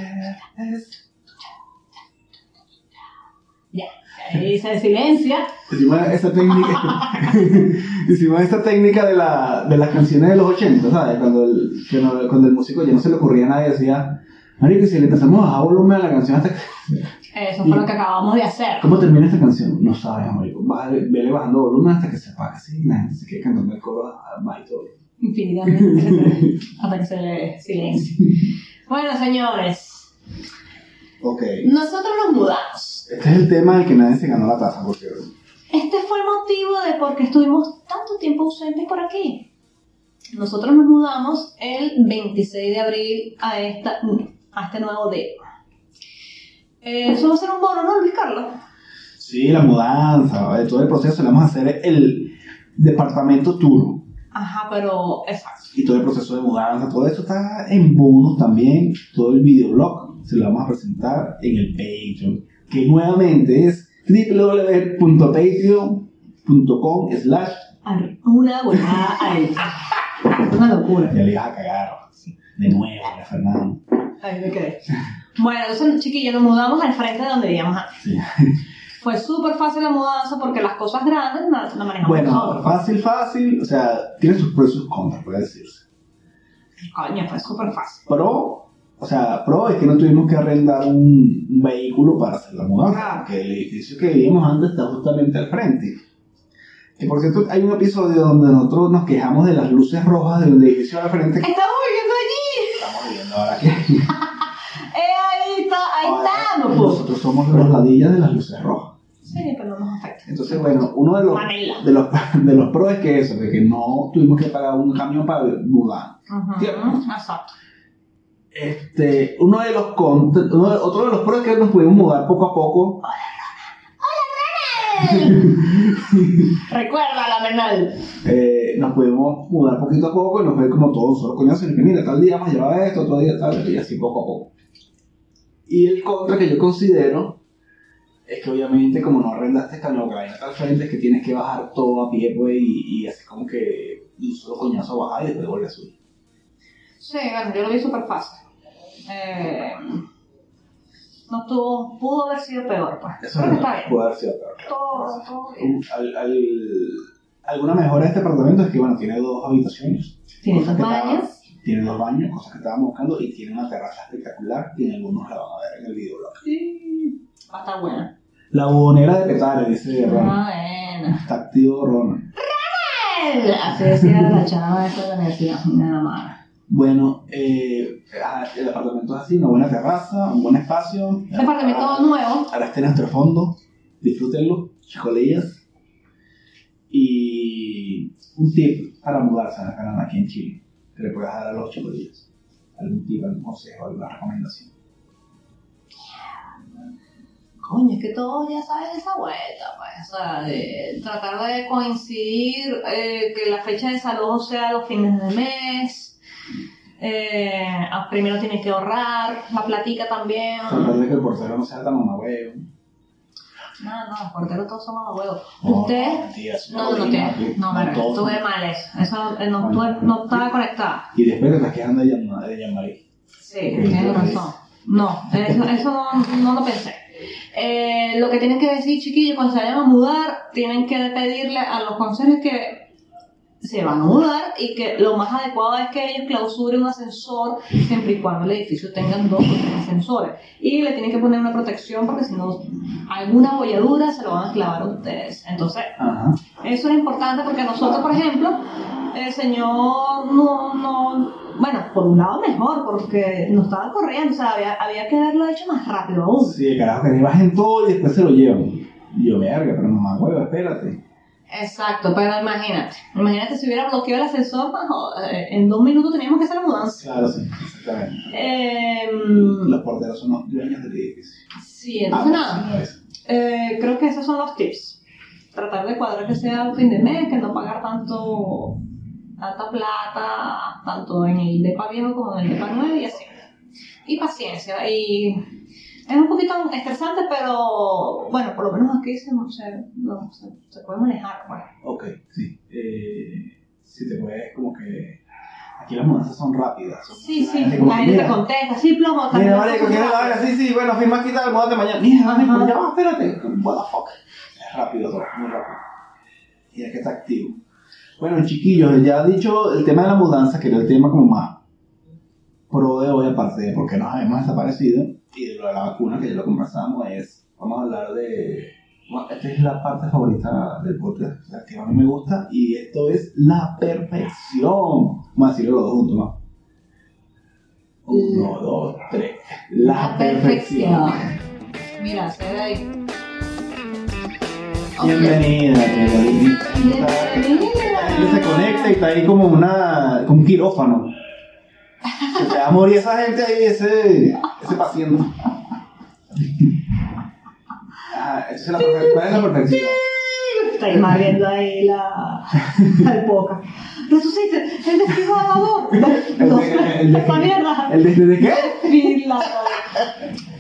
S1: es.
S3: Ahí se silencia.
S1: Hicimos esa técnica, hicimos esa técnica de, la, de las canciones de los 80, ¿sabes? Cuando el, que no- cuando el músico ya no se le ocurría a nadie, decía, Marico, si le empezamos a bajar volumen a la canción hasta que
S3: Eso fue lo que acabamos de hacer.
S1: ¿Cómo termina esta canción? No sabes, marico. Vale, vele bajando volumen hasta que se apague así. La gente se queda cantando el coro a- a- bajito.
S3: Infinitamente. Hasta que se le silencie. Bueno, señores.
S1: Ok.
S3: Nosotros nos mudamos.
S1: Este es el tema del que nadie se ganó la taza, porque
S3: Este fue el motivo de por qué estuvimos tanto tiempo ausentes por aquí. Nosotros nos mudamos el 26 de abril a, esta, a este nuevo día. Eh, Eso va a ser un bono, ¿no, Luis Carlos?
S1: Sí, la mudanza, ¿vale? todo el proceso. Le vamos a hacer el departamento tour.
S3: Ajá, pero exacto.
S1: Y todo el proceso de mudanza, todo eso está en bonus también. Todo el videoblog se lo vamos a presentar en el Patreon. Que nuevamente es www.patreon.com slash
S3: Ar- Una buena ahí. Una locura.
S1: Ya le ibas a cagar. De nuevo, Ana Fernando.
S3: Ahí me quedé. Bueno, entonces, chiquillos, nos mudamos al frente de donde vivíamos antes.
S1: Sí.
S3: Fue súper fácil la mudanza porque las cosas grandes la, la manejamos
S1: Bueno,
S3: nosotros.
S1: fácil, fácil. O sea, tiene sus pros y sus contras, puede decirse.
S3: Coño, fue súper fácil.
S1: Pro, o sea, pro es que no tuvimos que arrendar un, un vehículo para hacer la mudanza.
S3: Claro.
S1: Porque el edificio que vivíamos antes está justamente al frente. Que por cierto, hay un episodio donde nosotros nos quejamos de las luces rojas del edificio al frente que
S3: Estamos viviendo allí.
S1: estamos viendo ahora que.
S3: Eh, ahí está, ahí está, no puedo.
S1: Nosotros somos los ladillas de las luces rojas.
S3: Sí, pero no nos afecta.
S1: Entonces, bueno, uno de los,
S3: Manila.
S1: de los, de los pros es que eso, de que no tuvimos que pagar un camión para mudar.
S3: Ujú,
S1: Cierto.
S3: Exacto.
S1: Este, uno de los contras, otro de los pros es que nos pudimos mudar poco a poco.
S3: Recuerda la menal.
S1: Eh, nos pudimos mudar poquito a poco y nos fue como todo un solo coñazo. Y que mira, tal día hemos llevado esto, otro día tal, y así poco a poco. Y el contra que yo considero es que obviamente como no arrendaste camión que vaina está al frente, es que tienes que bajar todo a pie, pues, y, y así como que un solo coñazo bajar y después volver a subir.
S3: Sí, bueno, yo lo vi súper fácil. Eh, no tuvo, pudo haber sido peor, pues.
S1: Eso
S3: pero
S1: no
S3: está bien.
S1: puede haber sido peor, claro.
S3: Todo, todo bien.
S1: Un- al- al- alguna mejora de este apartamento es que, bueno, tiene dos habitaciones.
S3: Tiene
S1: Cosa
S3: dos
S1: que estaba-
S3: baños.
S1: tiene dos baños, cosas que estábamos buscando, y tiene una terraza espectacular que en algunos la van a ver en el video.
S3: Sí. Va a estar buena.
S1: La buhonera de Petare, dice Ron.
S3: Ah, Buena.
S1: Está activo Ron.
S3: Así decía la chava esa de la universidad. Nada más.
S1: Bueno, eh, ah, el apartamento es así, una buena terraza, un buen espacio.
S3: Este apartamento nuevo.
S1: Ahora está en nuestro fondo, disfrútenlo, chicoleías. Y un tip para mudarse a Canadá aquí en Chile, que le puedas dar a los chicoleías. Algún tip, algún consejo, alguna recomendación.
S3: Coño, es que todos ya saben esa vuelta, pues. O sea, de tratar de coincidir, eh, que la fecha de desalojo sea los fines de mes. Eh, ah, primero tienes que ahorrar, la platica también.
S1: Tratar de que el portero no sea tan mamahuevo.
S3: No, no, los porteros todos somos huevos.
S1: Oh,
S3: Usted.
S1: mentira, su
S3: No, no, no,
S1: sobrina,
S3: te-
S1: tú,
S3: no, verga,
S1: todos.
S3: estuve mal eso. Eso eh, no, estuve- no estaba conectada.
S1: Y después te estás quejando de llamar, de llamar.
S3: Sí, tienes razón. No, eso, eso no, no lo pensé. Eh, lo que tienen que decir, chiquillos, cuando se vayan a mudar, tienen que pedirle a los conserjes que se van a mudar y que lo más adecuado es que ellos clausuren un ascensor siempre y cuando el edificio tenga dos o tres ascensores. Y le tienen que poner una protección porque si no, alguna bolladura se lo van a clavar a ustedes. Entonces,
S1: Ajá.
S3: eso es importante porque nosotros, por ejemplo, el señor no, no, bueno, por un lado mejor, porque no estaba corriendo, o sea, había, había que haberlo hecho más rápido aún.
S1: Sí, carajo, que le bajen todo y después se lo llevan. Y yo, verga, pero mamahuevo, espérate.
S3: Exacto, pero imagínate, imagínate si hubiera bloqueado el ascensor, no jodas, eh, en dos minutos teníamos que hacer la mudanza.
S1: Claro, sí, exactamente.
S3: Em,
S1: Los porteros son los dueños del edificio.
S3: sí, entonces nada.
S1: Ah, no es.
S3: Eh, creo que esos son los tips. Tratar de cuadrar que sea el fin de mes, que no pagar tanto tanta plata, tanto en el depa viejo como en el depa nuevo y así. Y paciencia. Y es un poquito estresante, pero bueno, por lo menos aquí se, se- no, se- se puede manejar. pues. Bueno,
S1: Ok, sí. Eh, si te puedes, como que. Aquí las mudanzas son rápidas. Son
S3: sí, sí,
S1: como
S3: la
S1: que,
S3: gente te
S1: mira,
S3: contesta, sí, plomo,
S1: Mira,
S3: también
S1: vale, que
S3: cosas
S1: quieres la
S3: rápidas.
S1: verga, sí, sí, bueno, firma aquí tal, múdate mañana. Mira, mami,
S3: Ajá.
S1: pero ya va, espérate. What the fuck. Es rápido todo, muy rápido. Y es que está activo. Bueno, chiquillos, ya he dicho el tema de la mudanza, que era el tema como más pro de hoy, aparte de por qué nos habíamos desaparecido, y de lo de la vacuna, que ya lo conversamos, es, vamos a hablar de... bueno, esta es la parte favorita del podcast, la que a mí me gusta, y esto es la perfección. Vamos a decirlo los dos juntos, ¿no? Uno, dos, tres. La,
S3: La
S1: perfección.
S3: perfección. Mira, se ve ahí. Ok.
S1: Bienvenida, Carolina. Ella se conecta y está ahí como una como un quirófano. Se te va a morir esa gente ahí, ese, ese paciente. Ah, entonces la perfe- ¿Cuál es la perfección?
S3: Estáis más viendo ahí la alpoca. Resucite, el testigo de favor.
S1: El
S3: No,
S1: de- el de-
S3: esa mierda.
S1: ¿El de, de qué?
S3: Y la-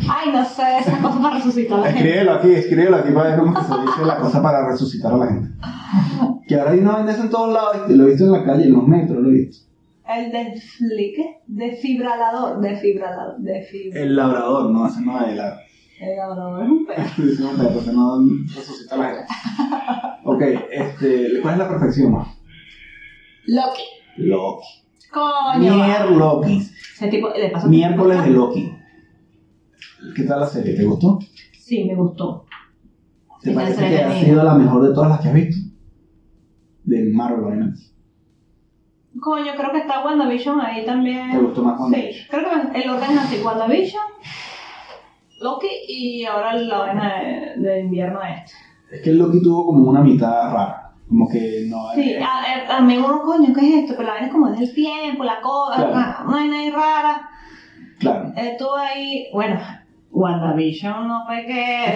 S3: Ay, no sé, esas cosas para resucitar a la gente.
S1: Escríbelo aquí, escríbelo aquí para ver cómo es que se dice la cosa para resucitar a la gente. Que ahora hay una vaina de eso en todos lados, este, lo he visto en la calle, en los metros, lo he visto.
S3: El ¿eh? desflique, desfibralador, desfibralador, desfibralador.
S1: El labrador, no, ese no es la...
S3: El labrador es un perro.
S1: Sí, sí, pero que no resucita la gente. Ok, este, ¿cuál es la perfección?
S3: Loki.
S1: Loki.
S3: Coño.
S1: Mier Loki.
S3: Ese tipo, le pasa
S1: Miércoles de Loki. ¿Qué tal la serie? ¿Te gustó?
S3: Sí, me gustó.
S1: ¿Te
S3: Sí,
S1: parece
S3: me
S1: que ha
S3: entretenida.
S1: sido la mejor de todas las que has visto? Del Marvel, obviamente.
S3: Coño, creo que está WandaVision ahí también.
S1: ¿Te gustó más WandaVision?
S3: Sí, creo que el orden es así, WandaVision, Loki y ahora la vaina de, de invierno este.
S1: Es que el Loki tuvo como una mitad rara. Como que no.
S3: Sí,
S1: eh,
S3: a- a- también uno, coño, ¿qué es esto? Pero la vaina es como es del tiempo, la cosa,
S1: Claro.
S3: una una vaina ahí rara.
S1: Claro.
S3: Eh, tú ahí, bueno, WandaVision no fue
S1: Es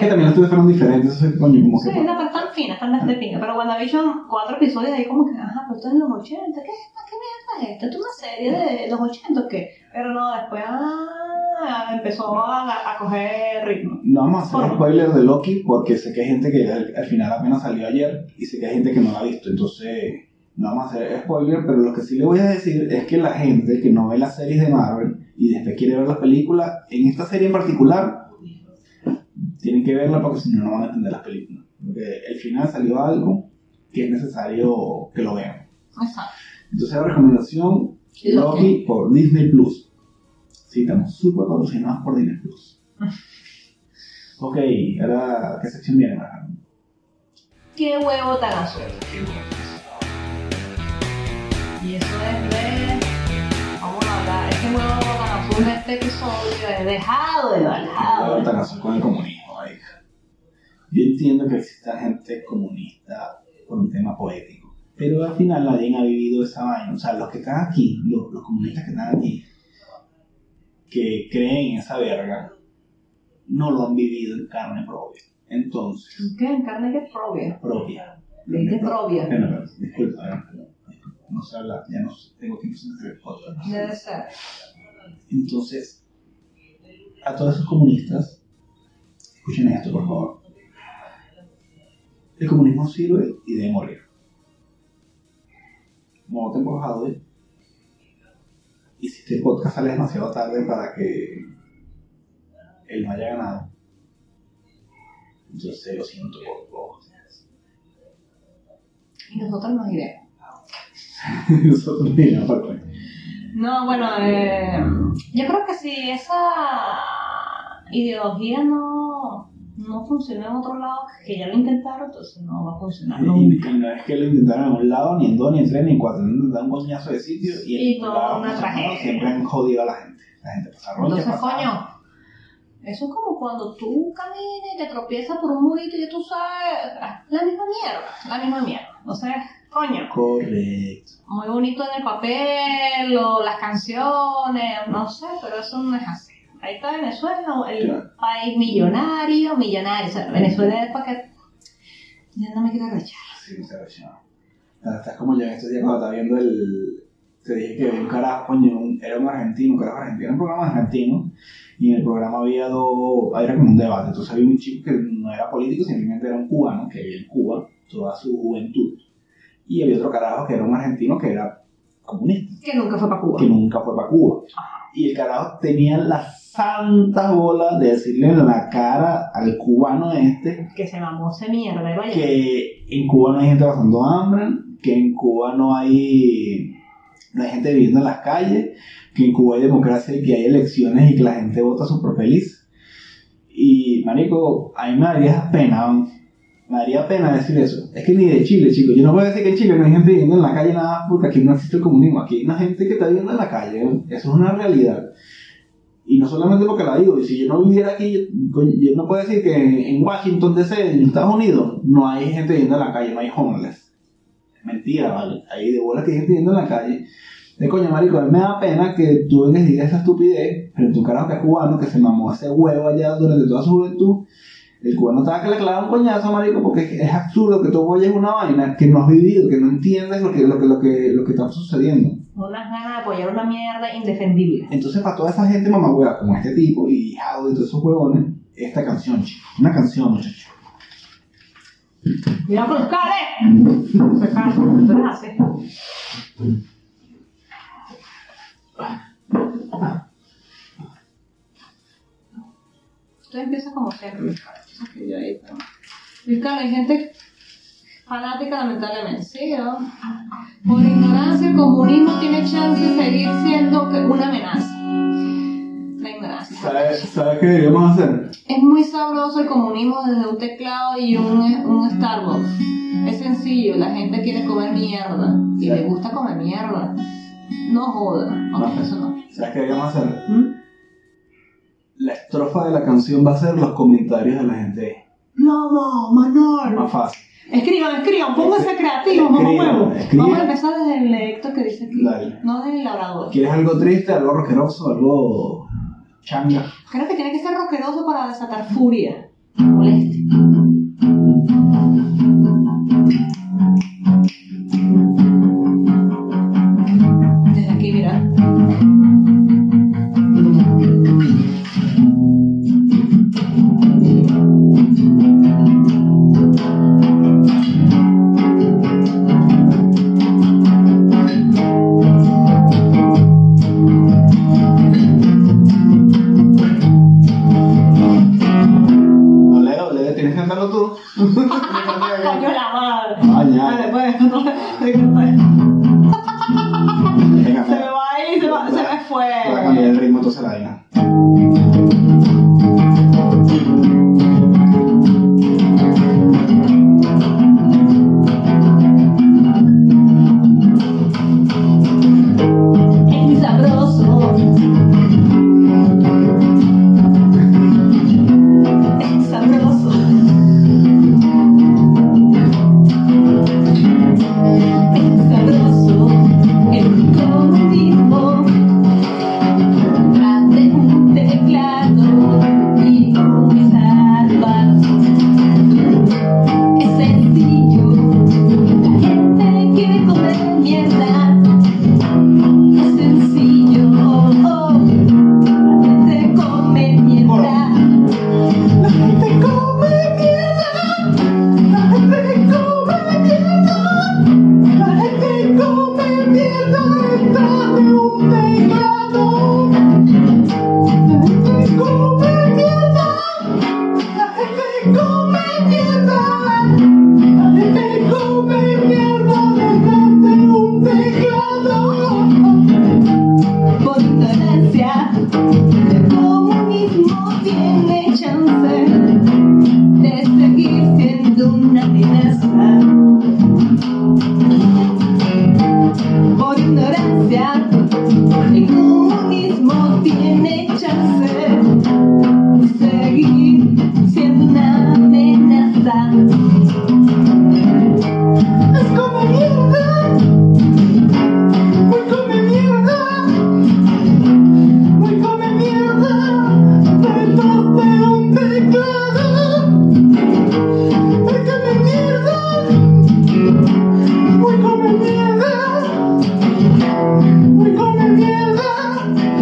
S1: que
S3: que...
S1: también los tres fueron diferentes. Eso es coño, como
S3: Sí,
S1: que.
S3: no, pero están finas, están de pinga. Pero WandaVision, cuatro episodios ahí como que, ajá, pero esto es en los 80, ¿qué es esta? ¿Qué mierda es esto? ¿Esto es una serie de los 80 o qué? Pero no, después, ah, empezó a, a coger ritmo.
S1: No vamos a hacer
S3: Bueno.
S1: spoilers de Loki porque sé que hay gente que al, al final apenas salió ayer y sé que hay gente que no la ha visto. Entonces, no vamos a hacer spoiler, pero lo que sí le voy a decir es que la gente que no ve las series de Marvel y después quiere ver las películas, en esta serie en particular, tienen que verla porque si no, no van a entender las películas. Porque el final salió algo que es necesario que lo vean.
S3: Exacto.
S1: Entonces, la recomendación, Loki por Disney Plus. Sí, estamos súper patrocinados por Disney Plus. ok, ahora, ¿qué sección viene?
S3: Qué huevo tan azul. Y eso es de. Vamos a hablar. Este huevo tan azul de este episodio es dejado de
S1: Ahora
S3: Valhalla.
S1: tan azul Ah, con el comunismo, marica. Yo entiendo que exista gente comunista por un tema poético, pero al final nadie ha vivido esa vaina. O sea, los que están aquí, los, los comunistas que están aquí, que creen en esa verga, no lo han vivido en carne propia. Entonces,
S3: ¿Qué? En carne que es propia.
S1: propia.
S3: Le dice propia.
S1: Bueno, pero, disculpa, eh, pero, disculpa, no se habla, ya no tengo tiempo sin hacer el podcast.
S3: Debe ser.
S1: Entonces, a todos esos comunistas, escuchen esto, por favor. El comunismo sirve y debe morir. Voten por Jadwe. Y si este podcast sale demasiado tarde para que él no haya ganado, entonces lo siento por todos.
S3: Y nosotros nos iremos.
S1: Nosotros ni la parte.
S3: No, bueno, eh, yo creo que si esa ideología no, no funciona en otro lado, que ya lo intentaron, entonces no va a funcionar
S1: Y,
S3: nunca.
S1: y no es que lo intentaron en un lado, ni en dos, ni en tres, ni en cuatro. Lo intentaron un coñazo de sitio y, en
S3: Y
S1: ningún
S3: toda
S1: lado
S3: una
S1: funcionó.
S3: tragedia.
S1: Siempre han jodido a la gente. La gente pasa roncha.
S3: Entonces,
S1: pasa-
S3: coño, eso es como cuando tú caminas y te tropiezas por un murito y ya tú sabes, ah, la misma mierda, la misma mierda. Entonces, coño,
S1: Correcto.
S3: muy bonito en el papel o las canciones, no sé, pero eso no es así. Ahí está Venezuela, el
S1: Claro.
S3: país millonario, millonario. O sea, Venezuela es para que... Ya no me quiero rechazar.
S1: Sí, se rechazó. Estás como yo en estos días cuando estaba viendo el. Te dije que un carajo, coño, un- era un argentino, un carajo argentino, era un programa argentino. Y en el programa había dos. Era como un debate. Entonces había un chico que no era político, simplemente era un cubano, que vivía en Cuba toda su juventud. Y había otro carajo que era un argentino que era comunista.
S3: Que nunca fue para Cuba.
S1: que nunca fue para Cuba. Y el carajo tenía la santa bola de decirle en la cara al cubano este
S3: Que se mamó ese mierda, vaya.
S1: que en Cuba no hay gente pasando hambre, que en Cuba no hay, no hay gente viviendo en las calles, que en Cuba hay democracia y que hay elecciones y que la gente vota súper feliz. Y, marico, a mí me daría pena, ¿no? me daría pena decir eso. Es que ni de Chile, chicos. Yo no puedo decir que en Chile no hay gente viviendo en la calle nada más porque aquí no existe el comunismo. Aquí hay una gente que está viviendo en la calle. ¿no? Eso es una realidad. Y no solamente porque la digo. Y si yo no viviera aquí, yo- coño, yo no puedo decir que en Washington DC, en Estados Unidos, no hay gente viviendo en la calle, no hay homeless. Mentira, ¿vale? Hay de bola que hay gente viviendo en la calle. De coño, marico, a mí me da pena que tú vengas y digas esa estupidez, pero tu carajo que es cubano, que se mamó ese huevo allá durante toda su juventud, el cubano estaba que le clavaba un coñazo, marico, porque es, es absurdo que tú vayas una vaina que no has vivido, que no entiendes lo que, lo que, lo que, lo que está sucediendo.
S3: Unas ganas de apoyar una mierda indefendible.
S1: Entonces, para toda esa gente mamagüera como este tipo y Jado y todos esos huevones, esta canción, chico. Una canción, muchachos.
S3: ¡Mira, Fruscale! Se pasa, tú eres así. Tú empiezas como siempre, Fruscale. Eso que yo ahí, pero- Fruscale, hay gente fanática, lamentablemente. Sí, ¿no? Por ignorancia, el comunismo tiene chance de seguir siendo que- una amenaza. La ignorancia.
S1: ¿Sabes qué deberíamos hacer?
S3: Es muy sabroso el comunismo desde un teclado y un, eh, un Starbucks. Es sencillo, la gente quiere comer mierda. Y
S1: Sí.
S3: le gusta comer mierda. No joda. Ok,
S1: No.
S3: eso no.
S1: ¿Sabes qué deberíamos hacer?
S3: ¿Mm?
S1: La estrofa de la canción va a ser los comentarios de la gente.
S3: No, no, Manol.
S1: Más fácil.
S3: Escriban, escriban, pónganse creativos,
S1: Escriban,
S3: mamá huevo.
S1: escriban.
S3: Vamos a empezar desde el lector que dice aquí.
S1: Dale.
S3: No desde el labrador.
S1: ¿Quieres algo triste, algo roqueroso, algo changa?
S3: Creo que tiene que ser roqueroso para desatar furia. Moleste. Desde aquí, mira.
S1: No, Leo, Leo, tienes que cantarlo tú.
S3: Coño la madre.
S1: Ay, ay.
S3: Vale, pues, no, se me va
S1: entonces la vaina.
S3: Es muy sabroso. Es muy sabroso. Es muy sabroso. El único motivo. Prende un teclado y comienza a paso. Es sencillo. La gente quiere comer mierda. Es sencillo, oh, oh. La gente come mierda. La gente come mierda. La gente come mierda. La gente come mierda detrás de un teclado. La gente come mierda. La gente come mierda. La gente come mierda detrás de un teclado por ignorancia el comunismo tiene chance de seguir siendo una amenaza por ignorancia el comunismo tiene chance de seguir siendo una amenaza es como mierda muy come mierda muy come mierda detrás de un teclado. Muy come mierda, muy come mierda, muy come mierda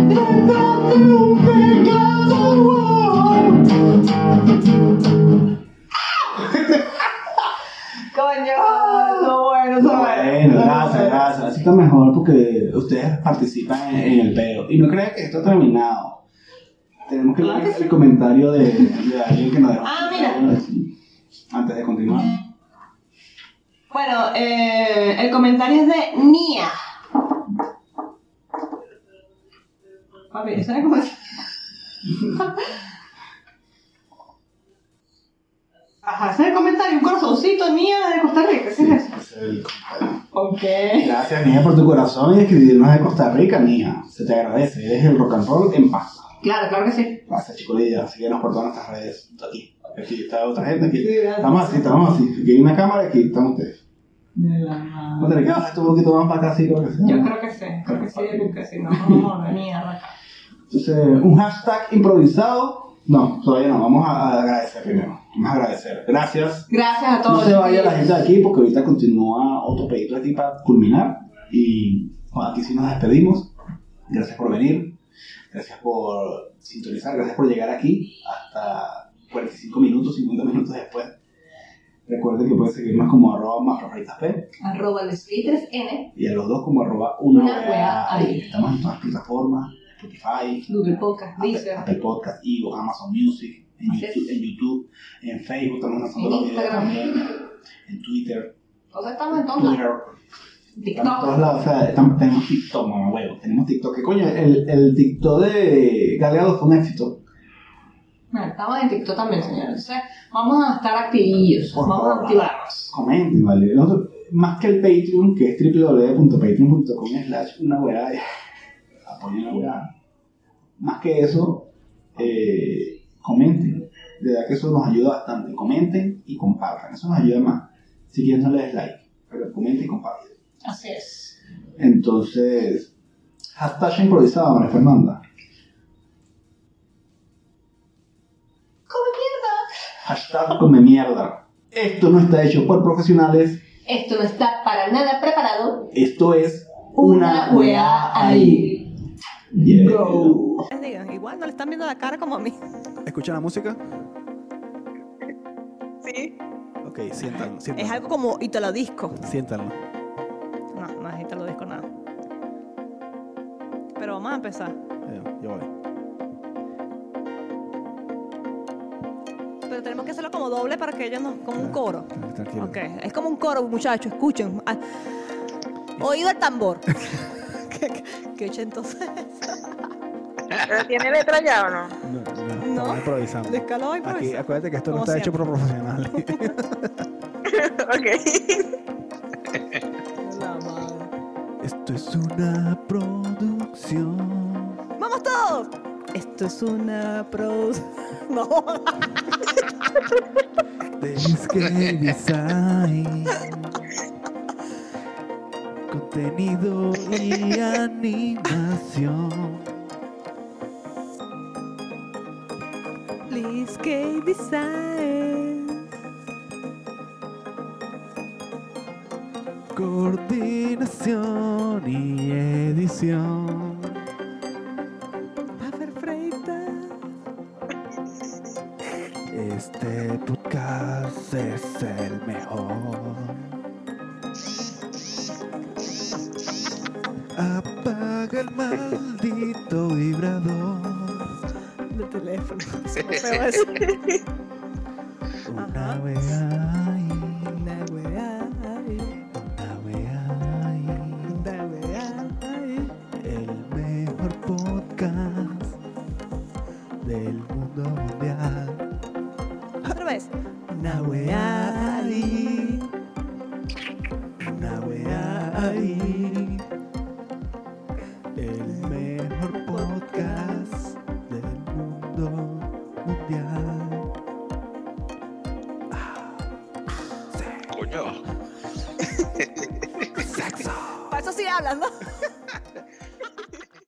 S3: detrás de un teclado. Coño, no bueno, no
S1: Bueno, gracias, gracias. Así está mejor porque ustedes participan en, en el pedo. Y no crean que esto ha terminado. Tenemos que
S3: Claro
S1: leer
S3: Ah, que sí.
S1: el comentario de, de alguien que nos dejó.
S3: Ah, mira. Eh,
S1: Antes de continuar.
S3: Bueno, eh, el comentario es de Nia. Papi, ¿sabes cómo es? Ajá, ese es el comentario, un corazoncito, Nia de Costa Rica, ¿qué es eso?
S1: Ese es el comentario.
S3: Ok.
S1: Gracias, Nia, por tu corazón y escribirnos de Costa Rica, Nia. Se te agradece. Eres el rock and roll en paz.
S3: Claro, claro que sí.
S1: Gracias, chicolilla. Síguenos por todas nuestras redes. Aquí. Aquí está otra gente. Aquí.
S3: Sí, gracias.
S1: Estamos así, estamos así. Aquí hay una cámara y aquí están ustedes.
S3: De la
S1: Vamos a tener que bajar esto un poquito más para acá, así creo que sea.
S3: Yo creo que sí, creo que sí, porque si no, vamos a venir a acá.
S1: Entonces, un hashtag improvisado. No, todavía no. Vamos a, a agradecer primero. Vamos a agradecer. Gracias.
S3: Gracias a
S1: No
S3: todos.
S1: se vaya la gente de aquí porque ahorita continúa otro pedito aquí para culminar. Y bueno, aquí sí nos despedimos. Gracias por venir. Gracias por sintonizar. Gracias por llegar aquí hasta 45 minutos, 50 minutos después. Recuerden que pueden seguirnos como arroba más Rafitas P
S3: Arroba los filtres N,
S1: y a los dos como arroba una,
S3: Una
S1: wea
S3: wea
S1: ahí.
S3: ahí.
S1: Estamos en todas las plataformas, Spotify,
S3: Google Podcast,
S1: Apple,
S3: Deezer,
S1: Apple Podcast, Evo, Amazon Music, en
S3: Así
S1: YouTube, en YouTube, en Facebook estamos lanzando
S3: En
S1: los videos
S3: Instagram.
S1: también, en Twitter,
S3: O sea, estamos en todos lados.
S1: Twitter, estamos en
S3: TikTok.
S1: todos lados, o sea, estamos- tenemos TikTok, mamá huevo, tenemos TikTok, que coño, el, el TikTok de Galeado fue un éxito,
S3: Bueno, estamos en TikTok también, señores. Entonces, vamos a estar activillos.
S1: Por
S3: vamos
S1: favor,
S3: a activarnos.
S1: comenten, vale, Nosotros- más que el Patreon, que es www.patreon.com slash una weá, apoyen la weá. Más que eso, eh, comenten. De verdad que eso nos ayuda bastante. Comenten y compartan. Eso nos ayuda más. Si quieren no le des like, pero comenten y compartan.
S3: Así es.
S1: Entonces, hashtag improvisada, María Fernanda.
S3: ¡Come mierda!
S1: Hashtag come mierda. Esto no está hecho por profesionales.
S3: Esto no está para nada preparado.
S1: Esto es
S3: Una weá ahí.
S1: Yeah.
S3: Go.
S4: digan, igual no le están viendo la cara como a mí.
S5: ¿Escuchan la música?
S4: Sí.
S5: Ok, siéntanlo,
S4: Es
S5: siéntanlo.
S4: algo como Italo Disco.
S5: Siéntanlo.
S4: No, no es Italo Disco nada. Pero vamos a empezar.
S5: Eh, Yo voy.
S4: Pero tenemos que hacerlo como doble para que ellos no. como un
S5: Claro.
S4: coro.
S5: Tran- Tranquilo.
S4: Ok, es como un coro, muchachos, escuchen. Ah, Oído al tambor. qué, qué, qué ochentoso es.
S6: ¿Pero tiene letra ya o no?
S5: No, no,
S4: No.
S5: estamos improvisando.
S4: Le escaló y
S5: Aquí,
S1: eh.
S4: pues.
S5: acuérdate que esto no
S4: Como
S5: está hecho por profesionales.
S6: ok.
S4: La madre.
S5: esto es una producción.
S4: ¡Vamos todos! Esto es una pros. No,
S5: de Escape Design. Contenido y animación.
S4: please, que design.
S5: Coordinación y edición.
S4: Puffer Freitas.
S5: Este podcast es el mejor. Apaga el maldito vibrador.
S4: del teléfono. Es como feo eso.
S5: Una
S4: Ajá.
S5: vez ahí.
S4: Una weá ahí,
S5: Una vez ahí.
S4: una weá ahí.
S5: El mejor podcast del mundo mundial.
S4: Otra vez.
S5: Una weá ahí. Una weá ahí. El mejor podcast del mundo mundial.
S7: Coño.
S5: Sexo.
S4: Para eso sí hablas, ¿no?